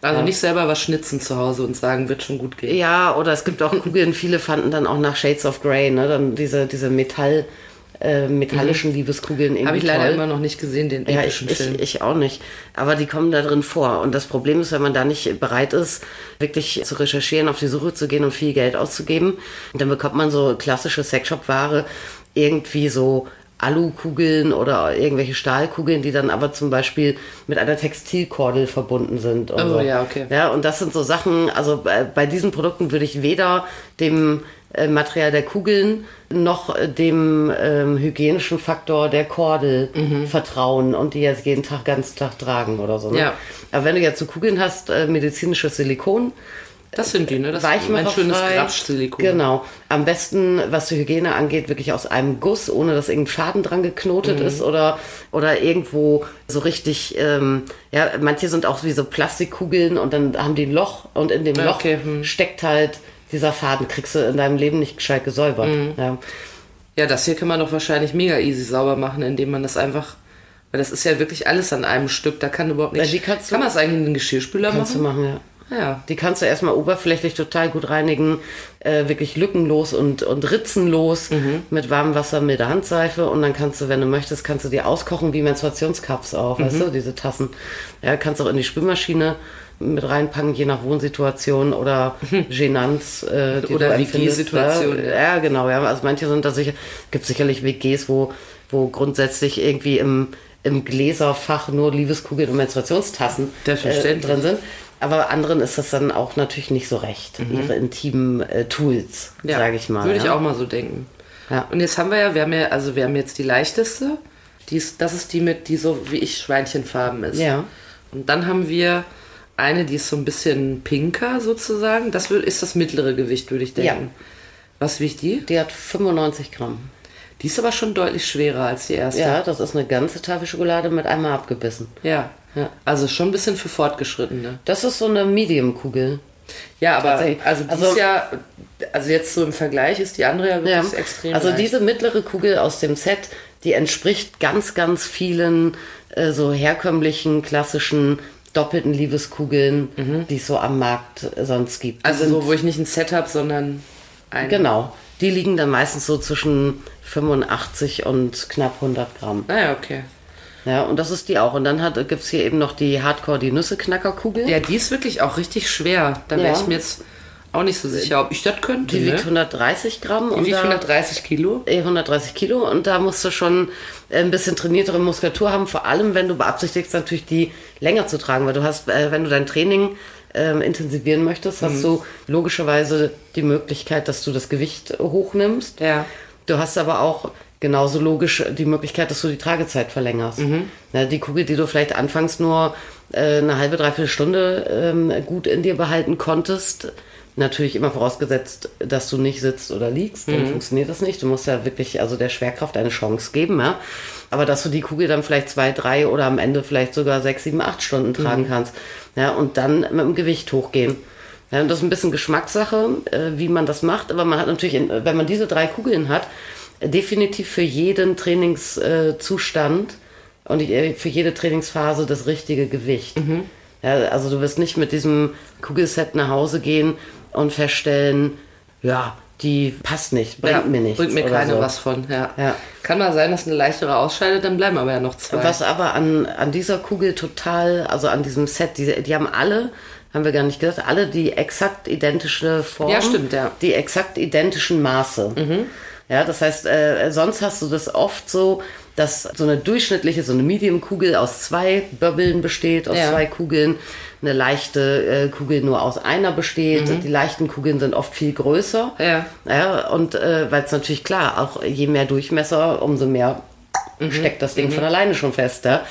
[SPEAKER 2] Also nicht selber was schnitzen zu Hause und sagen, wird schon gut gehen.
[SPEAKER 4] Ja, oder es gibt auch Kugeln, viele fanden dann auch nach Shades of Grey, ne, dann diese, diese Metall, äh, metallischen Liebeskugeln irgendwie
[SPEAKER 2] Habe Mhm. ich leider
[SPEAKER 4] toll.
[SPEAKER 2] immer noch nicht gesehen, den
[SPEAKER 4] Ja, ich,
[SPEAKER 2] epischen Film.
[SPEAKER 4] ich, ich auch nicht. Aber die kommen da drin vor. Und das Problem ist, wenn man da nicht bereit ist, wirklich zu recherchieren, auf die Suche zu gehen und viel Geld auszugeben, dann bekommt man so klassische Sexshop-Ware, irgendwie so Alukugeln oder irgendwelche Stahlkugeln, die dann aber zum Beispiel mit einer Textilkordel verbunden sind. Und
[SPEAKER 2] Oh,
[SPEAKER 4] so.
[SPEAKER 2] ja, okay.
[SPEAKER 4] Ja, und das sind so Sachen, also bei, bei diesen Produkten würde ich weder dem äh, Material der Kugeln noch äh, dem ähm, hygienischen Faktor der Kordel vertrauen und die jetzt jeden Tag, ganzen Tag tragen oder so. Ne?
[SPEAKER 2] Ja.
[SPEAKER 4] Aber wenn du jetzt so Kugeln hast, äh, medizinisches Silikon,
[SPEAKER 2] das sind die, ne? Das ist
[SPEAKER 4] Weichmacherfrei.
[SPEAKER 2] ein schönes Grapsch-Silikon.
[SPEAKER 4] Genau. Am besten, was die Hygiene angeht, wirklich aus einem Guss, ohne dass irgendein Faden dran geknotet
[SPEAKER 2] Mhm.
[SPEAKER 4] ist oder, oder irgendwo so richtig, ähm, ja, manche sind auch wie so Plastikkugeln und dann haben die ein Loch und in dem Loch
[SPEAKER 2] Okay, hm.
[SPEAKER 4] steckt halt dieser Faden, kriegst du in deinem Leben nicht gescheit gesäubert.
[SPEAKER 2] Mhm.
[SPEAKER 4] Ja.
[SPEAKER 2] Ja, das hier kann man doch wahrscheinlich mega easy sauber machen, indem man das einfach. Weil das ist ja wirklich alles an einem Stück, da kann überhaupt nichts.
[SPEAKER 4] Ja, die kannst du-
[SPEAKER 2] kann man das eigentlich in den Geschirrspüler
[SPEAKER 4] Kannst du
[SPEAKER 2] machen? Ah,
[SPEAKER 4] machen, ja.
[SPEAKER 2] Ja.
[SPEAKER 4] Die kannst du erstmal oberflächlich total gut reinigen, äh, wirklich lückenlos und, und ritzenlos
[SPEAKER 2] Mhm.
[SPEAKER 4] mit warmem Wasser, milder Handseife und dann kannst du, wenn du möchtest, kannst du die auskochen wie Menstruationscups auch, weißt
[SPEAKER 2] Mhm.
[SPEAKER 4] du, diese Tassen. Ja, kannst auch in die Spülmaschine mit reinpacken, je nach Wohnsituation oder Genanz. Äh, die
[SPEAKER 2] Oder
[SPEAKER 4] du empfindest,
[SPEAKER 2] WG-Situation,
[SPEAKER 4] ne?
[SPEAKER 2] ja.
[SPEAKER 4] Ja, genau. Ja. Also manche sind da sicher, gibt sicherlich WGs, wo, wo grundsätzlich irgendwie im, im Gläserfach nur Liebeskugeln und Menstruationstassen äh,
[SPEAKER 2] Selbstverständlich.
[SPEAKER 4] drin sind. Aber anderen ist das dann auch natürlich nicht so recht, ihre intimen äh, Tools,
[SPEAKER 2] Mhm. ja.
[SPEAKER 4] sage ich mal.
[SPEAKER 2] Würde
[SPEAKER 4] ja.
[SPEAKER 2] ich auch mal so denken.
[SPEAKER 4] Ja.
[SPEAKER 2] Und jetzt haben wir ja, wir haben ja, also wir haben jetzt die leichteste. Die ist, das ist die mit, die so wie ich Schweinchenfarben ist.
[SPEAKER 4] Ja.
[SPEAKER 2] Und dann haben wir eine, die ist so ein bisschen pinker sozusagen. Das wür- ist das mittlere Gewicht, würde ich denken.
[SPEAKER 4] Ja.
[SPEAKER 2] Was wiegt die?
[SPEAKER 4] Die hat 95 Gramm.
[SPEAKER 2] Die ist aber schon deutlich schwerer als die erste.
[SPEAKER 4] Ja, das ist eine ganze Tafel Schokolade mit einmal abgebissen.
[SPEAKER 2] Ja.
[SPEAKER 4] Ja.
[SPEAKER 2] Also schon ein bisschen für Fortgeschrittene.
[SPEAKER 4] Das ist so eine Medium-Kugel.
[SPEAKER 2] Ja, aber also,
[SPEAKER 4] Tatsächlich.
[SPEAKER 2] die
[SPEAKER 4] Also-
[SPEAKER 2] ist ja, also jetzt so im Vergleich ist die andere ja
[SPEAKER 4] Ja.
[SPEAKER 2] wirklich extrem.
[SPEAKER 4] Also
[SPEAKER 2] leicht.
[SPEAKER 4] diese mittlere Kugel aus dem Set, die entspricht ganz, ganz vielen äh, so herkömmlichen, klassischen, doppelten Liebeskugeln, die es so am Markt äh, sonst gibt. Die
[SPEAKER 2] Mhm. also
[SPEAKER 4] sind-
[SPEAKER 2] so, wo ich nicht ein Set habe, sondern ein.
[SPEAKER 4] Genau. Die liegen dann meistens so zwischen 85 und knapp 100 Gramm.
[SPEAKER 2] Naja, okay.
[SPEAKER 4] Ja, und das ist die auch. Und dann gibt es hier eben noch die Hardcore, die Nüsse-Knackerkugel.
[SPEAKER 2] Ja, die ist wirklich auch richtig schwer. Da wäre
[SPEAKER 4] Ja.
[SPEAKER 2] ich mir jetzt auch nicht so sicher, ob ich das könnte.
[SPEAKER 4] Die wiegt
[SPEAKER 2] Ne?
[SPEAKER 4] 130 Gramm
[SPEAKER 2] Die
[SPEAKER 4] und
[SPEAKER 2] wiegt
[SPEAKER 4] da,
[SPEAKER 2] 130 Kilo.
[SPEAKER 4] eh, 130 Kilo und da musst du schon äh, ein bisschen trainiertere Muskulatur haben, vor allem wenn du beabsichtigst, natürlich die länger zu tragen, weil du hast, äh, wenn du dein Training ähm, intensivieren möchtest, hast du logischerweise die Möglichkeit, dass du das Gewicht hochnimmst.
[SPEAKER 2] Ja.
[SPEAKER 4] Du hast aber auch genauso logisch die Möglichkeit, dass du die Tragezeit verlängerst. Na, die Kugel, die du vielleicht anfangs nur äh, eine halbe, dreiviertel Stunde ähm, gut in dir behalten konntest, natürlich immer vorausgesetzt, dass du nicht sitzt oder liegst, dann funktioniert das nicht. Du musst ja wirklich also der Schwerkraft eine Chance geben. Ja? Aber dass du die Kugel dann vielleicht zwei, drei oder am Ende vielleicht sogar sechs, sieben, acht Stunden tragen kannst. Ja, und dann mit dem Gewicht hochgehen. Ja, und das ist ein bisschen Geschmackssache, äh, wie man das macht. Aber man hat natürlich, in, wenn man diese drei Kugeln hat, äh, definitiv für jeden Trainingszustand äh, Zustand und äh, für jede Trainingsphase das richtige Gewicht.
[SPEAKER 2] Mhm.
[SPEAKER 4] Ja, also du wirst nicht mit diesem Kugelset nach Hause gehen und feststellen, ja, die passt nicht, bringt
[SPEAKER 2] Ja,
[SPEAKER 4] mir nichts.
[SPEAKER 2] Bringt mir
[SPEAKER 4] oder
[SPEAKER 2] keiner
[SPEAKER 4] so.
[SPEAKER 2] was von. Ja.
[SPEAKER 4] Ja.
[SPEAKER 2] Kann mal sein, dass eine leichtere ausscheidet, dann bleiben aber ja noch zwei.
[SPEAKER 4] Was aber an, an dieser Kugel total, also an diesem Set, die, die haben alle, haben wir gar nicht gesagt, alle die exakt identische Form.
[SPEAKER 2] Ja, stimmt, ja. Mhm.
[SPEAKER 4] Die exakt identischen Maße. Ja, das heißt, äh, sonst hast du das oft so, dass so eine durchschnittliche, so eine Medium-Kugel aus zwei Böbbeln besteht, aus
[SPEAKER 2] Ja.
[SPEAKER 4] zwei Kugeln. Eine leichte äh, Kugel nur aus einer besteht. Die leichten Kugeln sind oft viel größer.
[SPEAKER 2] Mhm. Ja.
[SPEAKER 4] Ja, und äh, weil es natürlich klar, auch je mehr Durchmesser, umso mehr steckt das Ding von alleine schon fest. Ja?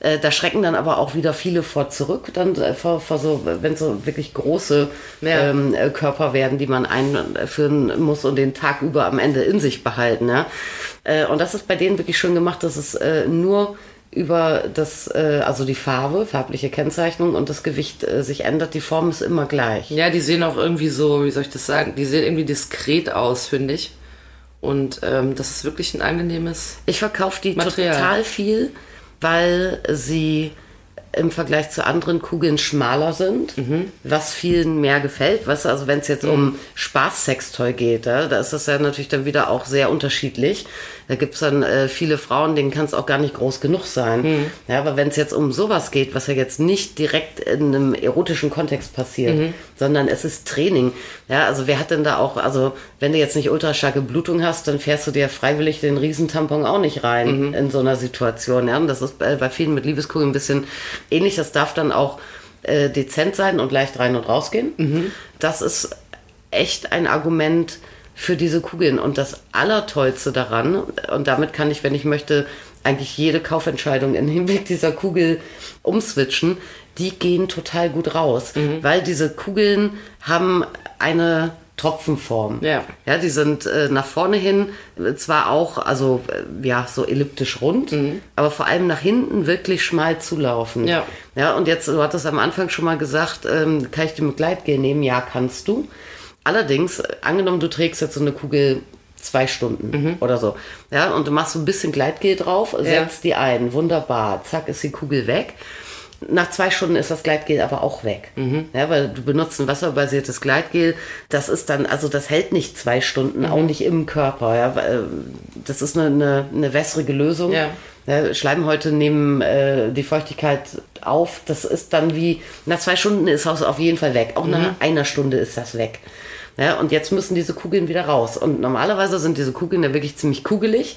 [SPEAKER 4] Äh, da schrecken dann aber auch wieder viele vor zurück, dann äh, vor, vor so, wenn so wirklich große
[SPEAKER 2] Ja.
[SPEAKER 4] ähm, äh, Körper werden, die man einführen muss und den Tag über am Ende in sich behalten. Ja? Äh, und das ist bei denen wirklich schön gemacht, dass es äh, nur über das, äh, also die Farbe, farbliche Kennzeichnung und das Gewicht äh, sich ändert. Die Form ist immer gleich.
[SPEAKER 2] Ja, die sehen auch irgendwie so, wie soll ich das sagen, die sehen irgendwie diskret aus, finde ich. Und ähm, das ist wirklich ein angenehmes.
[SPEAKER 4] Ich verkaufe die
[SPEAKER 2] Material.
[SPEAKER 4] total viel, weil sie im Vergleich zu anderen Kugeln schmaler sind, was vielen mehr gefällt. Weißt du, also wenn es jetzt um Spaßsextoy geht, ja, da ist das ja natürlich dann wieder auch sehr unterschiedlich. Da gibt es dann äh, viele Frauen, denen kann es auch gar nicht groß genug sein. Ja, aber wenn es jetzt um sowas geht, was ja jetzt nicht direkt in einem erotischen Kontext passiert, sondern es ist Training. Ja, also wer hat denn da auch, also wenn du jetzt nicht ultrastarke Blutung hast, dann fährst du dir freiwillig den Riesentampon auch nicht rein in so einer Situation. Ja, und das ist bei, bei vielen mit Liebeskugeln ein bisschen ähnlich. Das darf dann auch äh, dezent sein und leicht rein und rausgehen. Das ist echt ein Argument für diese Kugeln. Und das Allertollste daran, und damit kann ich, wenn ich möchte, eigentlich jede Kaufentscheidung in Hinblick dieser Kugel umswitchen, die gehen total gut raus. Weil diese Kugeln haben eine Tropfenform.
[SPEAKER 2] Ja.
[SPEAKER 4] Ja, die sind äh, nach vorne hin äh, zwar auch, also äh, ja, so elliptisch rund, aber vor allem nach hinten wirklich schmal zulaufen.
[SPEAKER 2] Ja.
[SPEAKER 4] Ja, und jetzt, du hattest am Anfang schon mal gesagt, ähm, kann ich die mit Gleitgel nehmen? Ja, kannst du. Allerdings, äh, angenommen, du trägst jetzt so eine Kugel zwei Stunden oder so. Ja, und du machst so ein bisschen Gleitgel drauf, setzt die ein, wunderbar, zack, ist die Kugel weg. Nach zwei Stunden ist das Gleitgel aber auch weg. Ja, weil du benutzt ein wasserbasiertes Gleitgel. Das ist dann, also das hält nicht zwei Stunden, auch nicht im Körper. Ja, weil, äh, das ist eine, eine, eine wässrige Lösung.
[SPEAKER 2] Ja.
[SPEAKER 4] Ja, Schleimhäute Ne, nehmen äh, die Feuchtigkeit auf. Das ist dann wie, nach zwei Stunden ist das auf jeden Fall weg. Auch nach einer Stunde ist das weg. Ja, und jetzt müssen diese Kugeln wieder raus. Und normalerweise sind diese Kugeln ja wirklich ziemlich kugelig.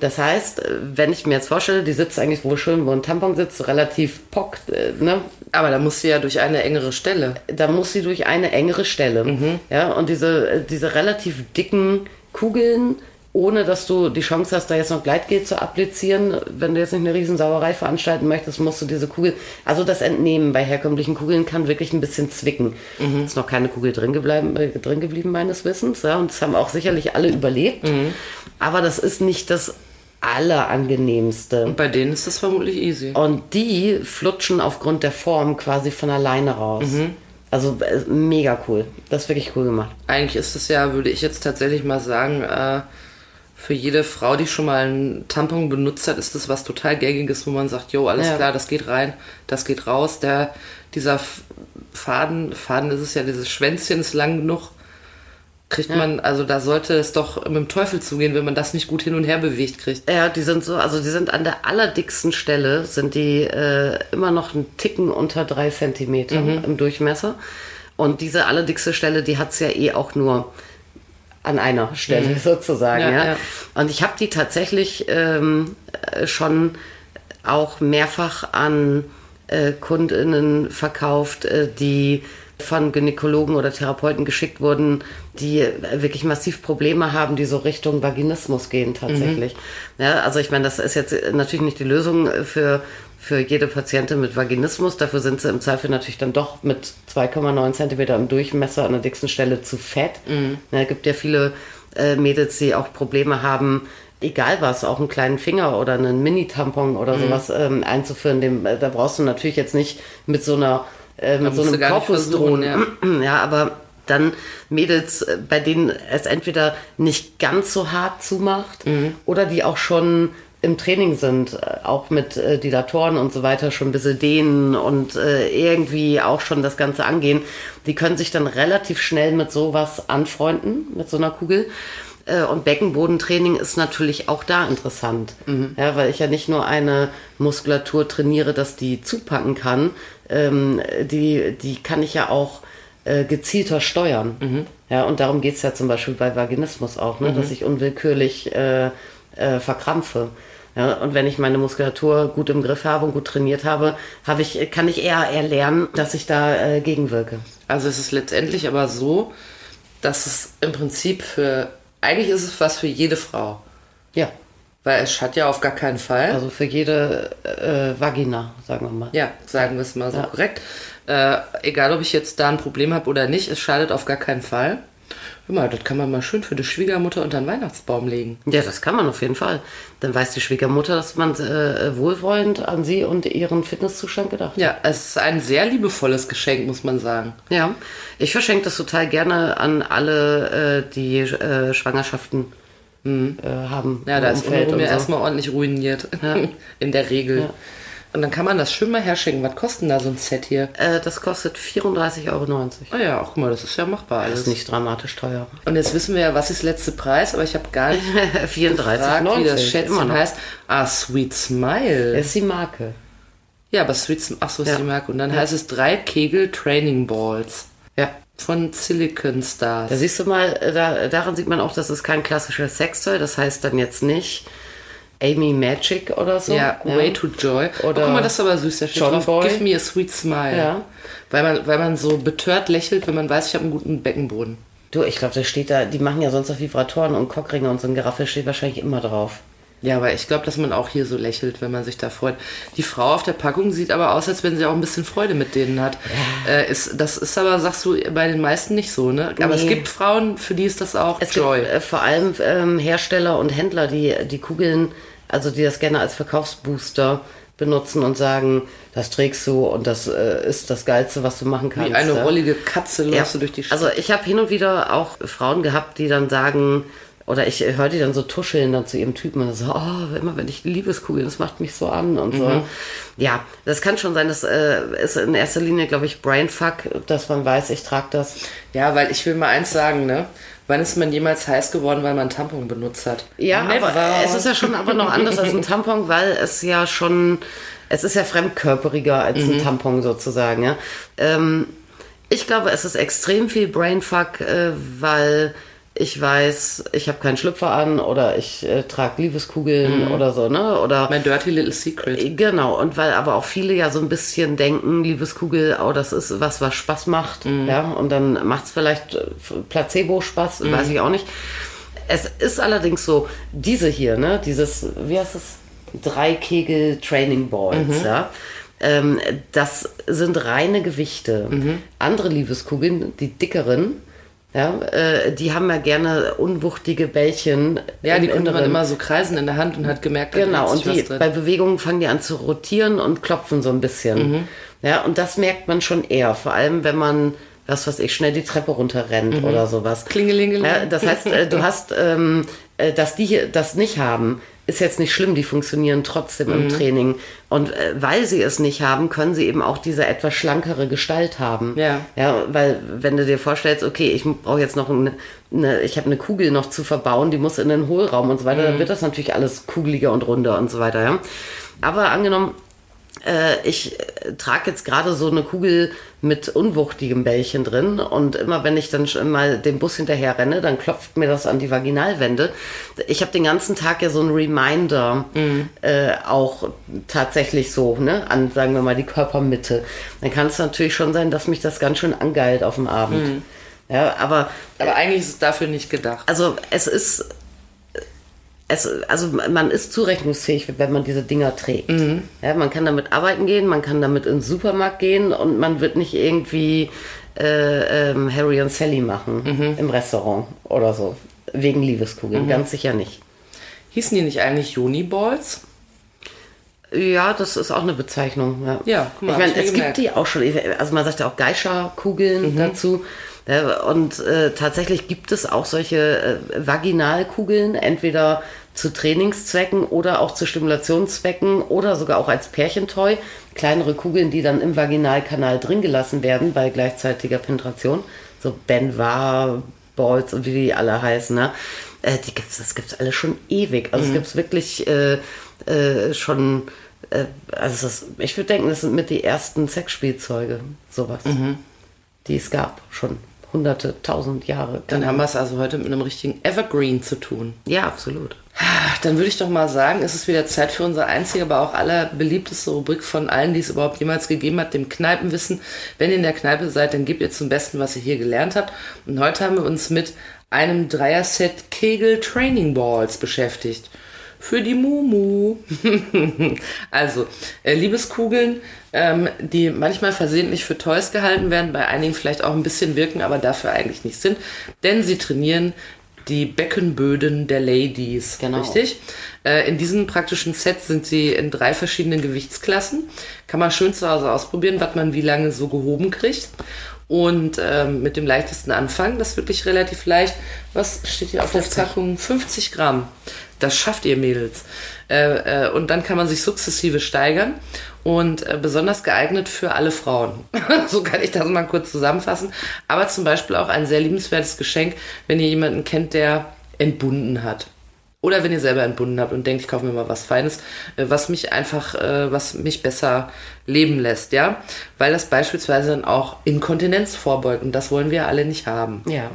[SPEAKER 4] Das heißt, äh, wenn ich mir jetzt vorstelle, die sitzt eigentlich wohl schön, wo ein Tampon sitzt, so relativ pock, äh, ne,
[SPEAKER 2] Aber da musst du ja durch eine engere Stelle.
[SPEAKER 4] da muss sie durch eine engere Stelle. Ja, und diese, äh, diese relativ dicken Kugeln, ohne dass du die Chance hast, da jetzt noch Gleitgel zu applizieren, wenn du jetzt nicht eine Riesensauerei veranstalten möchtest, musst du diese Kugel, also das Entnehmen bei herkömmlichen Kugeln kann wirklich ein bisschen zwicken. Ist noch keine Kugel drin geblieben, äh, drin geblieben meines Wissens, ja, und das haben auch sicherlich alle überlebt. Aber das ist nicht das Allerangenehmste.
[SPEAKER 2] Und bei denen ist das vermutlich easy.
[SPEAKER 4] Und die flutschen aufgrund der Form quasi von alleine raus. Also äh, mega cool. Das ist wirklich cool gemacht.
[SPEAKER 2] Eigentlich ist es ja, würde ich jetzt tatsächlich mal sagen, äh, für jede Frau, die schon mal einen Tampon benutzt hat, ist das was total gängiges, wo man sagt, jo, alles
[SPEAKER 4] Ja.
[SPEAKER 2] klar, das geht rein, das geht raus. Der, dieser F- Faden, Faden ist es ja, dieses Schwänzchen ist lang genug. Kriegt man, also da sollte es doch mit dem Teufel zugehen, wenn man das nicht gut hin und her bewegt kriegt.
[SPEAKER 4] Ja, die sind so, also die sind an der allerdicksten Stelle, Mhm. sind die äh, immer noch einen Ticken unter drei Zentimeter im Durchmesser. Und diese allerdickste Stelle, die hat es ja eh auch nur an einer Stelle sozusagen.
[SPEAKER 2] Ja,
[SPEAKER 4] Mhm. Ja,
[SPEAKER 2] ja.
[SPEAKER 4] Und ich habe die tatsächlich ähm, äh, schon auch mehrfach an äh, Kundinnen verkauft, äh, die von Gynäkologen oder Therapeuten geschickt wurden, die äh, wirklich massiv Probleme haben, die so Richtung Vaginismus gehen tatsächlich. Ja, also ich meine, das ist jetzt äh, natürlich nicht die Lösung äh, für, für jede Patientin mit Vaginismus. Dafür sind sie im Zweifel natürlich dann doch mit 2,9 Zentimeter im Durchmesser an der dicksten Stelle zu fett. Ja, gibt ja viele äh, Mädels, die auch Probleme haben, egal was, auch einen kleinen Finger oder einen Mini-Tampon oder
[SPEAKER 2] Mhm.
[SPEAKER 4] sowas ähm, einzuführen, dem, äh, da brauchst du natürlich jetzt nicht mit so einer äh, mit so
[SPEAKER 2] musst du
[SPEAKER 4] einem
[SPEAKER 2] gar nicht
[SPEAKER 4] Korpus
[SPEAKER 2] versuchen,
[SPEAKER 4] drohen. Ja. aber dann Mädels, äh, bei denen es entweder nicht ganz so hart zumacht oder die auch schon im Training sind, äh, auch mit äh, Dilatoren und so weiter, schon ein bisschen dehnen und äh, irgendwie auch schon das Ganze angehen, die können sich dann relativ schnell mit sowas anfreunden, mit so einer Kugel. Äh, Und Beckenbodentraining ist natürlich auch da interessant. Ja, weil ich ja nicht nur eine Muskulatur trainiere, dass die zupacken kann, ähm, die, die kann ich ja auch äh, gezielter steuern. Ja, und darum geht es ja zum Beispiel bei Vaginismus auch, ne? dass ich unwillkürlich äh, äh, verkrampfe. Ja, und wenn ich meine Muskulatur gut im Griff habe und gut trainiert habe, habe ich, kann ich eher erlernen, dass ich da äh, gegenwirke.
[SPEAKER 2] Also es ist letztendlich aber so, dass es im Prinzip für, eigentlich ist es was für jede Frau.
[SPEAKER 4] Ja,
[SPEAKER 2] Weil es hat ja auf gar keinen Fall.
[SPEAKER 4] also für jede äh, Vagina, sagen wir mal.
[SPEAKER 2] Ja, sagen wir es mal so korrekt. Äh, egal, ob ich jetzt da ein Problem habe oder nicht, es schadet auf gar keinen Fall. Hör mal, das kann man mal schön für die Schwiegermutter unter den Weihnachtsbaum legen.
[SPEAKER 4] Ja, das kann man auf jeden Fall. Dann weiß die Schwiegermutter, dass man äh, wohlwollend an sie und ihren Fitnesszustand gedacht hat.
[SPEAKER 2] Ja, es ist ein sehr liebevolles Geschenk, muss man sagen.
[SPEAKER 4] Ja, ich verschenke das total gerne an alle, äh, die äh, Schwangerschaften äh, haben.
[SPEAKER 2] Ja, da
[SPEAKER 4] im
[SPEAKER 2] ist
[SPEAKER 4] Umfeld
[SPEAKER 2] Unruhe mir
[SPEAKER 4] und so.
[SPEAKER 2] erstmal ordentlich ruiniert. In der Regel. Und dann kann man das schön mal herschicken. Was kostet denn da so ein Set hier?
[SPEAKER 4] äh, Das kostet 34,90 Euro.
[SPEAKER 2] Ah ja, auch guck mal, das ist ja machbar
[SPEAKER 4] Das ist
[SPEAKER 2] alles.
[SPEAKER 4] nicht dramatisch teuer.
[SPEAKER 2] Und jetzt wissen wir ja, was ist letzte Preis, aber ich habe gar nicht gefragt,
[SPEAKER 4] 34,90
[SPEAKER 2] wie das
[SPEAKER 4] immer
[SPEAKER 2] Schätzchen
[SPEAKER 4] noch.
[SPEAKER 2] heißt. Ah, Sweet Smile.
[SPEAKER 4] Das ist die Marke.
[SPEAKER 2] Ja, aber Sweets, ach so, ist
[SPEAKER 4] Ja.
[SPEAKER 2] die Marke. Und dann heißt es drei Kegel Training Balls
[SPEAKER 4] Ja.
[SPEAKER 2] von Silicon Stars.
[SPEAKER 4] Da siehst du mal, äh, da, daran sieht man auch, das ist kein klassischer Sextoy. Das heißt dann jetzt nicht Amy Magic oder so.
[SPEAKER 2] ja, Way to Joy.
[SPEAKER 4] Oder
[SPEAKER 2] oh, guck mal, das ist aber süß. Da steht
[SPEAKER 4] John
[SPEAKER 2] drauf,
[SPEAKER 4] Boy.
[SPEAKER 2] give me a sweet smile.
[SPEAKER 4] Ja.
[SPEAKER 2] Weil, man, weil man so betört lächelt, wenn man weiß, ich habe einen guten Beckenboden.
[SPEAKER 4] Du, ich glaube, das steht da, die machen ja sonst noch Vibratoren und Cockringe und so ein Geraffel steht wahrscheinlich immer drauf.
[SPEAKER 2] Ja, aber ich glaube, dass man auch hier so lächelt, wenn man sich da freut. Die Frau auf der Packung sieht aber aus, als wenn sie auch ein bisschen Freude mit denen hat. Äh, ist, das ist aber, sagst du, bei den meisten nicht so, ne? Aber es
[SPEAKER 4] Nee.
[SPEAKER 2] gibt Frauen, für die ist das auch
[SPEAKER 4] Es
[SPEAKER 2] Joy.
[SPEAKER 4] gibt äh, vor allem ähm, Hersteller und Händler, die die Kugeln, also die das gerne als Verkaufsbooster benutzen und sagen, das trägst du und das äh, ist das Geilste, was du machen kannst.
[SPEAKER 2] Wie eine
[SPEAKER 4] ja.
[SPEAKER 2] rollige Katze läufst
[SPEAKER 4] Ja.
[SPEAKER 2] du durch die Stadt.
[SPEAKER 4] Also ich habe hin und wieder auch Frauen gehabt, die dann sagen, oder ich höre die dann so tuscheln dann zu ihrem Typen und so, oh, immer wenn ich Liebeskugeln, das macht mich so an und
[SPEAKER 2] Mhm.
[SPEAKER 4] so. Ja, das kann schon sein, das äh, ist in erster Linie, glaube ich, Brainfuck, dass man weiß, ich trage das.
[SPEAKER 2] Ja, weil ich will mal eins sagen, ne? Wann ist man jemals heiß geworden, weil man einen Tampon benutzt hat?
[SPEAKER 4] Ja,
[SPEAKER 2] Never.
[SPEAKER 4] aber äh, es ist ja schon aber noch anders als ein Tampon, weil es ja schon, es ist ja fremdkörperiger als
[SPEAKER 2] Mhm.
[SPEAKER 4] ein Tampon sozusagen. Ja? Ähm, ich glaube, es ist extrem viel Brainfuck, äh, weil ich weiß, ich habe keinen Schlüpfer an oder ich äh, trage Liebeskugeln oder so, ne? Oder
[SPEAKER 2] Mhm. mein Dirty Little Secret.
[SPEAKER 4] Genau, und weil aber auch viele ja so ein bisschen denken, Liebeskugel, oh, das ist was, was Spaß macht,
[SPEAKER 2] Mhm.
[SPEAKER 4] ja, und dann macht es vielleicht äh, Placebo-Spaß,
[SPEAKER 2] Mhm.
[SPEAKER 4] weiß ich auch nicht. Es ist allerdings so, diese hier, ne, dieses, wie heißt es,
[SPEAKER 2] Mhm.
[SPEAKER 4] Dreikegel-Training-Balls, ja, ähm, das sind reine Gewichte.
[SPEAKER 2] Mhm.
[SPEAKER 4] Andere Liebeskugeln, die dickeren, ja, äh, die haben ja gerne unwuchtige Bällchen.
[SPEAKER 2] Ja,
[SPEAKER 4] im
[SPEAKER 2] die konnte man
[SPEAKER 4] Inneren.
[SPEAKER 2] immer so kreisen in der Hand und hat gemerkt, da
[SPEAKER 4] Genau,
[SPEAKER 2] ist
[SPEAKER 4] und die,
[SPEAKER 2] was
[SPEAKER 4] bei
[SPEAKER 2] drin.
[SPEAKER 4] Bewegungen fangen die an zu rotieren und klopfen so ein bisschen.
[SPEAKER 2] Mhm.
[SPEAKER 4] Ja, und das merkt man schon eher, vor allem wenn man, was weiß ich, schnell die Treppe runterrennt oder sowas.
[SPEAKER 2] Mhm. Klingelingeling.
[SPEAKER 4] Ja, das heißt, äh, du hast, ähm, äh, dass die hier das nicht haben, ist jetzt nicht schlimm, die funktionieren trotzdem im Training. Und äh, weil sie es nicht haben, können sie eben auch diese etwas schlankere Gestalt haben.
[SPEAKER 2] Ja.
[SPEAKER 4] Ja, weil wenn du dir vorstellst, okay, ich brauche jetzt noch eine, eine ich habe eine Kugel noch zu verbauen, die muss in den Hohlraum und so weiter, dann wird das natürlich alles kugeliger und runder und so weiter. Ja? Aber angenommen, äh, ich äh, trage jetzt gerade so eine Kugel mit unwuchtigem Bällchen drin und äh, immer wenn ich dann schon mal dem Bus hinterher renne, dann klopft mir das an die Vaginalwände. Ich habe den ganzen Tag ja so einen Reminder äh, auch tatsächlich so, ne, an sagen wir mal die Körpermitte. Dann kann es natürlich schon sein, dass mich das ganz schön angeilt auf dem Abend. Ja, aber
[SPEAKER 2] Aber eigentlich ist es dafür nicht gedacht.
[SPEAKER 4] also es ist, es, also man ist zurechnungsfähig, wenn man diese Dinger trägt.
[SPEAKER 2] Mhm.
[SPEAKER 4] Ja, man kann damit arbeiten gehen, man kann damit in den Supermarkt gehen und man wird nicht irgendwie äh, ähm, Harry und Sally machen
[SPEAKER 2] Mhm.
[SPEAKER 4] im Restaurant oder so. Wegen Liebeskugeln, ganz sicher nicht.
[SPEAKER 2] Hießen die nicht eigentlich Uniballs?
[SPEAKER 4] Ja, das ist auch eine Bezeichnung. Ja,
[SPEAKER 2] Ja, guck mal, hab ich
[SPEAKER 4] ich meine,
[SPEAKER 2] mir
[SPEAKER 4] es
[SPEAKER 2] gemerkt.
[SPEAKER 4] gibt die auch schon. Also man sagt ja auch Geisha-Kugeln dazu. Ja, Und äh, tatsächlich gibt es auch solche äh, Vaginalkugeln, entweder zu Trainingszwecken oder auch zu Stimulationszwecken oder sogar auch als Pärchentoy. Kleinere Kugeln, die dann im Vaginalkanal drin gelassen werden bei gleichzeitiger Penetration. So Benvar, Balls und wie die alle heißen. Ne? Äh, die gibt's, das gibt's alles schon ewig. Also es gibt's wirklich äh, äh, schon äh, also das, ich würde denken, das sind mit die ersten Sexspielzeuge, sowas,
[SPEAKER 2] Mhm.
[SPEAKER 4] die es gab, schon hunderte, tausend Jahre.
[SPEAKER 2] Dann haben wir es also heute mit einem richtigen Evergreen zu tun.
[SPEAKER 4] ja, absolut.
[SPEAKER 2] Ach, Dann würde ich doch mal sagen, ist es wieder Zeit für unsere einzige, aber auch allerbeliebteste Rubrik von allen, die es überhaupt jemals gegeben hat, dem Kneipenwissen. Wenn ihr in der Kneipe seid, dann gebt ihr zum Besten, was ihr hier gelernt habt. Und heute haben wir uns mit einem Dreier-Set Kegel Training Balls beschäftigt. Für die Mumu. also, äh, Liebeskugeln, ähm, die manchmal versehentlich für Toys gehalten werden, bei einigen vielleicht auch ein bisschen wirken, aber dafür eigentlich nicht sind. Denn sie trainieren die Beckenböden der Ladies.
[SPEAKER 4] Genau.
[SPEAKER 2] Richtig? Äh, in diesem praktischen Set sind sie in drei verschiedenen Gewichtsklassen. Kann man schön zu Hause ausprobieren, was man wie lange so gehoben kriegt. Und ähm, mit dem leichtesten anfangen, das ist wirklich relativ leicht. Was steht hier auf der Packung? 50 Gramm. Das schafft ihr Mädels. Äh, äh, und dann kann man sich sukzessive steigern und äh, besonders geeignet für alle Frauen. so kann ich das mal kurz zusammenfassen. Aber zum Beispiel auch ein sehr liebenswertes Geschenk, wenn ihr jemanden kennt, der entbunden hat. Oder wenn ihr selber entbunden habt und denkt, ich kaufe mir mal was Feines, äh, was mich einfach, äh, was mich besser leben lässt, ja? Weil das beispielsweise dann auch Inkontinenz vorbeugt und das wollen wir alle nicht haben.
[SPEAKER 4] Ja.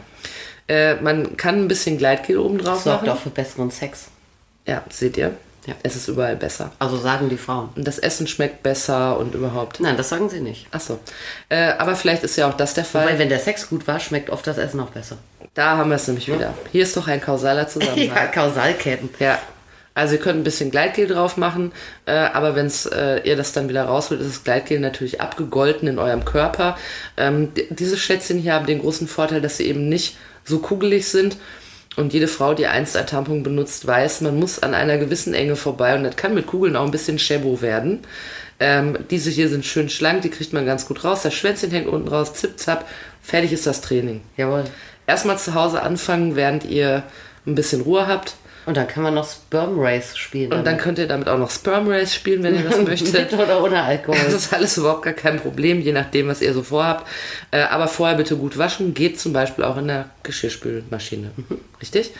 [SPEAKER 2] Äh, man kann ein bisschen Gleitgel oben drauf
[SPEAKER 4] Sorgt
[SPEAKER 2] machen.
[SPEAKER 4] auch für besseren Sex.
[SPEAKER 2] Ja, seht ihr?
[SPEAKER 4] Ja.
[SPEAKER 2] Es ist überall besser.
[SPEAKER 4] Also sagen die Frauen.
[SPEAKER 2] Und das Essen schmeckt besser und überhaupt.
[SPEAKER 4] Nein, das sagen sie nicht.
[SPEAKER 2] Achso. Äh, aber vielleicht ist ja auch das der Fall.
[SPEAKER 4] Weil wenn der Sex gut war, schmeckt oft das Essen auch besser.
[SPEAKER 2] da haben wir es nämlich wieder. Hier ist doch ein kausaler Zusammenhang.
[SPEAKER 4] Kausalketten.
[SPEAKER 2] ja. Also ihr könnt ein bisschen Gleitgel drauf machen, äh, aber wenn äh, ihr das dann wieder rausholt, ist das Gleitgel natürlich abgegolten in eurem Körper. Ähm, d- diese Schätzchen hier haben den großen Vorteil, dass sie eben nicht so kugelig sind. Und jede Frau, die einst ein Tampon benutzt, weiß, man muss an einer gewissen Enge vorbei und das kann mit Kugeln auch ein bisschen Schebo werden. Ähm, diese hier sind schön schlank, die kriegt man ganz gut raus. Das Schwänzchen hängt unten raus, zip, zap, fertig ist das Training
[SPEAKER 4] Jawohl.
[SPEAKER 2] erstmal zu Hause anfangen, während ihr ein bisschen Ruhe habt.
[SPEAKER 4] Und dann kann man noch Sperm Race spielen.
[SPEAKER 2] Und dann könnt ihr damit auch noch Sperm Race spielen, wenn ihr das Also,
[SPEAKER 4] mit
[SPEAKER 2] möchtet.
[SPEAKER 4] oder ohne
[SPEAKER 2] Das
[SPEAKER 4] Alkohol.
[SPEAKER 2] ist alles überhaupt gar kein Problem, je nachdem, was ihr so vorhabt. Äh, Aber vorher bitte gut waschen. Geht zum Beispiel auch in der Geschirrspülmaschine. Mhm. Richtig?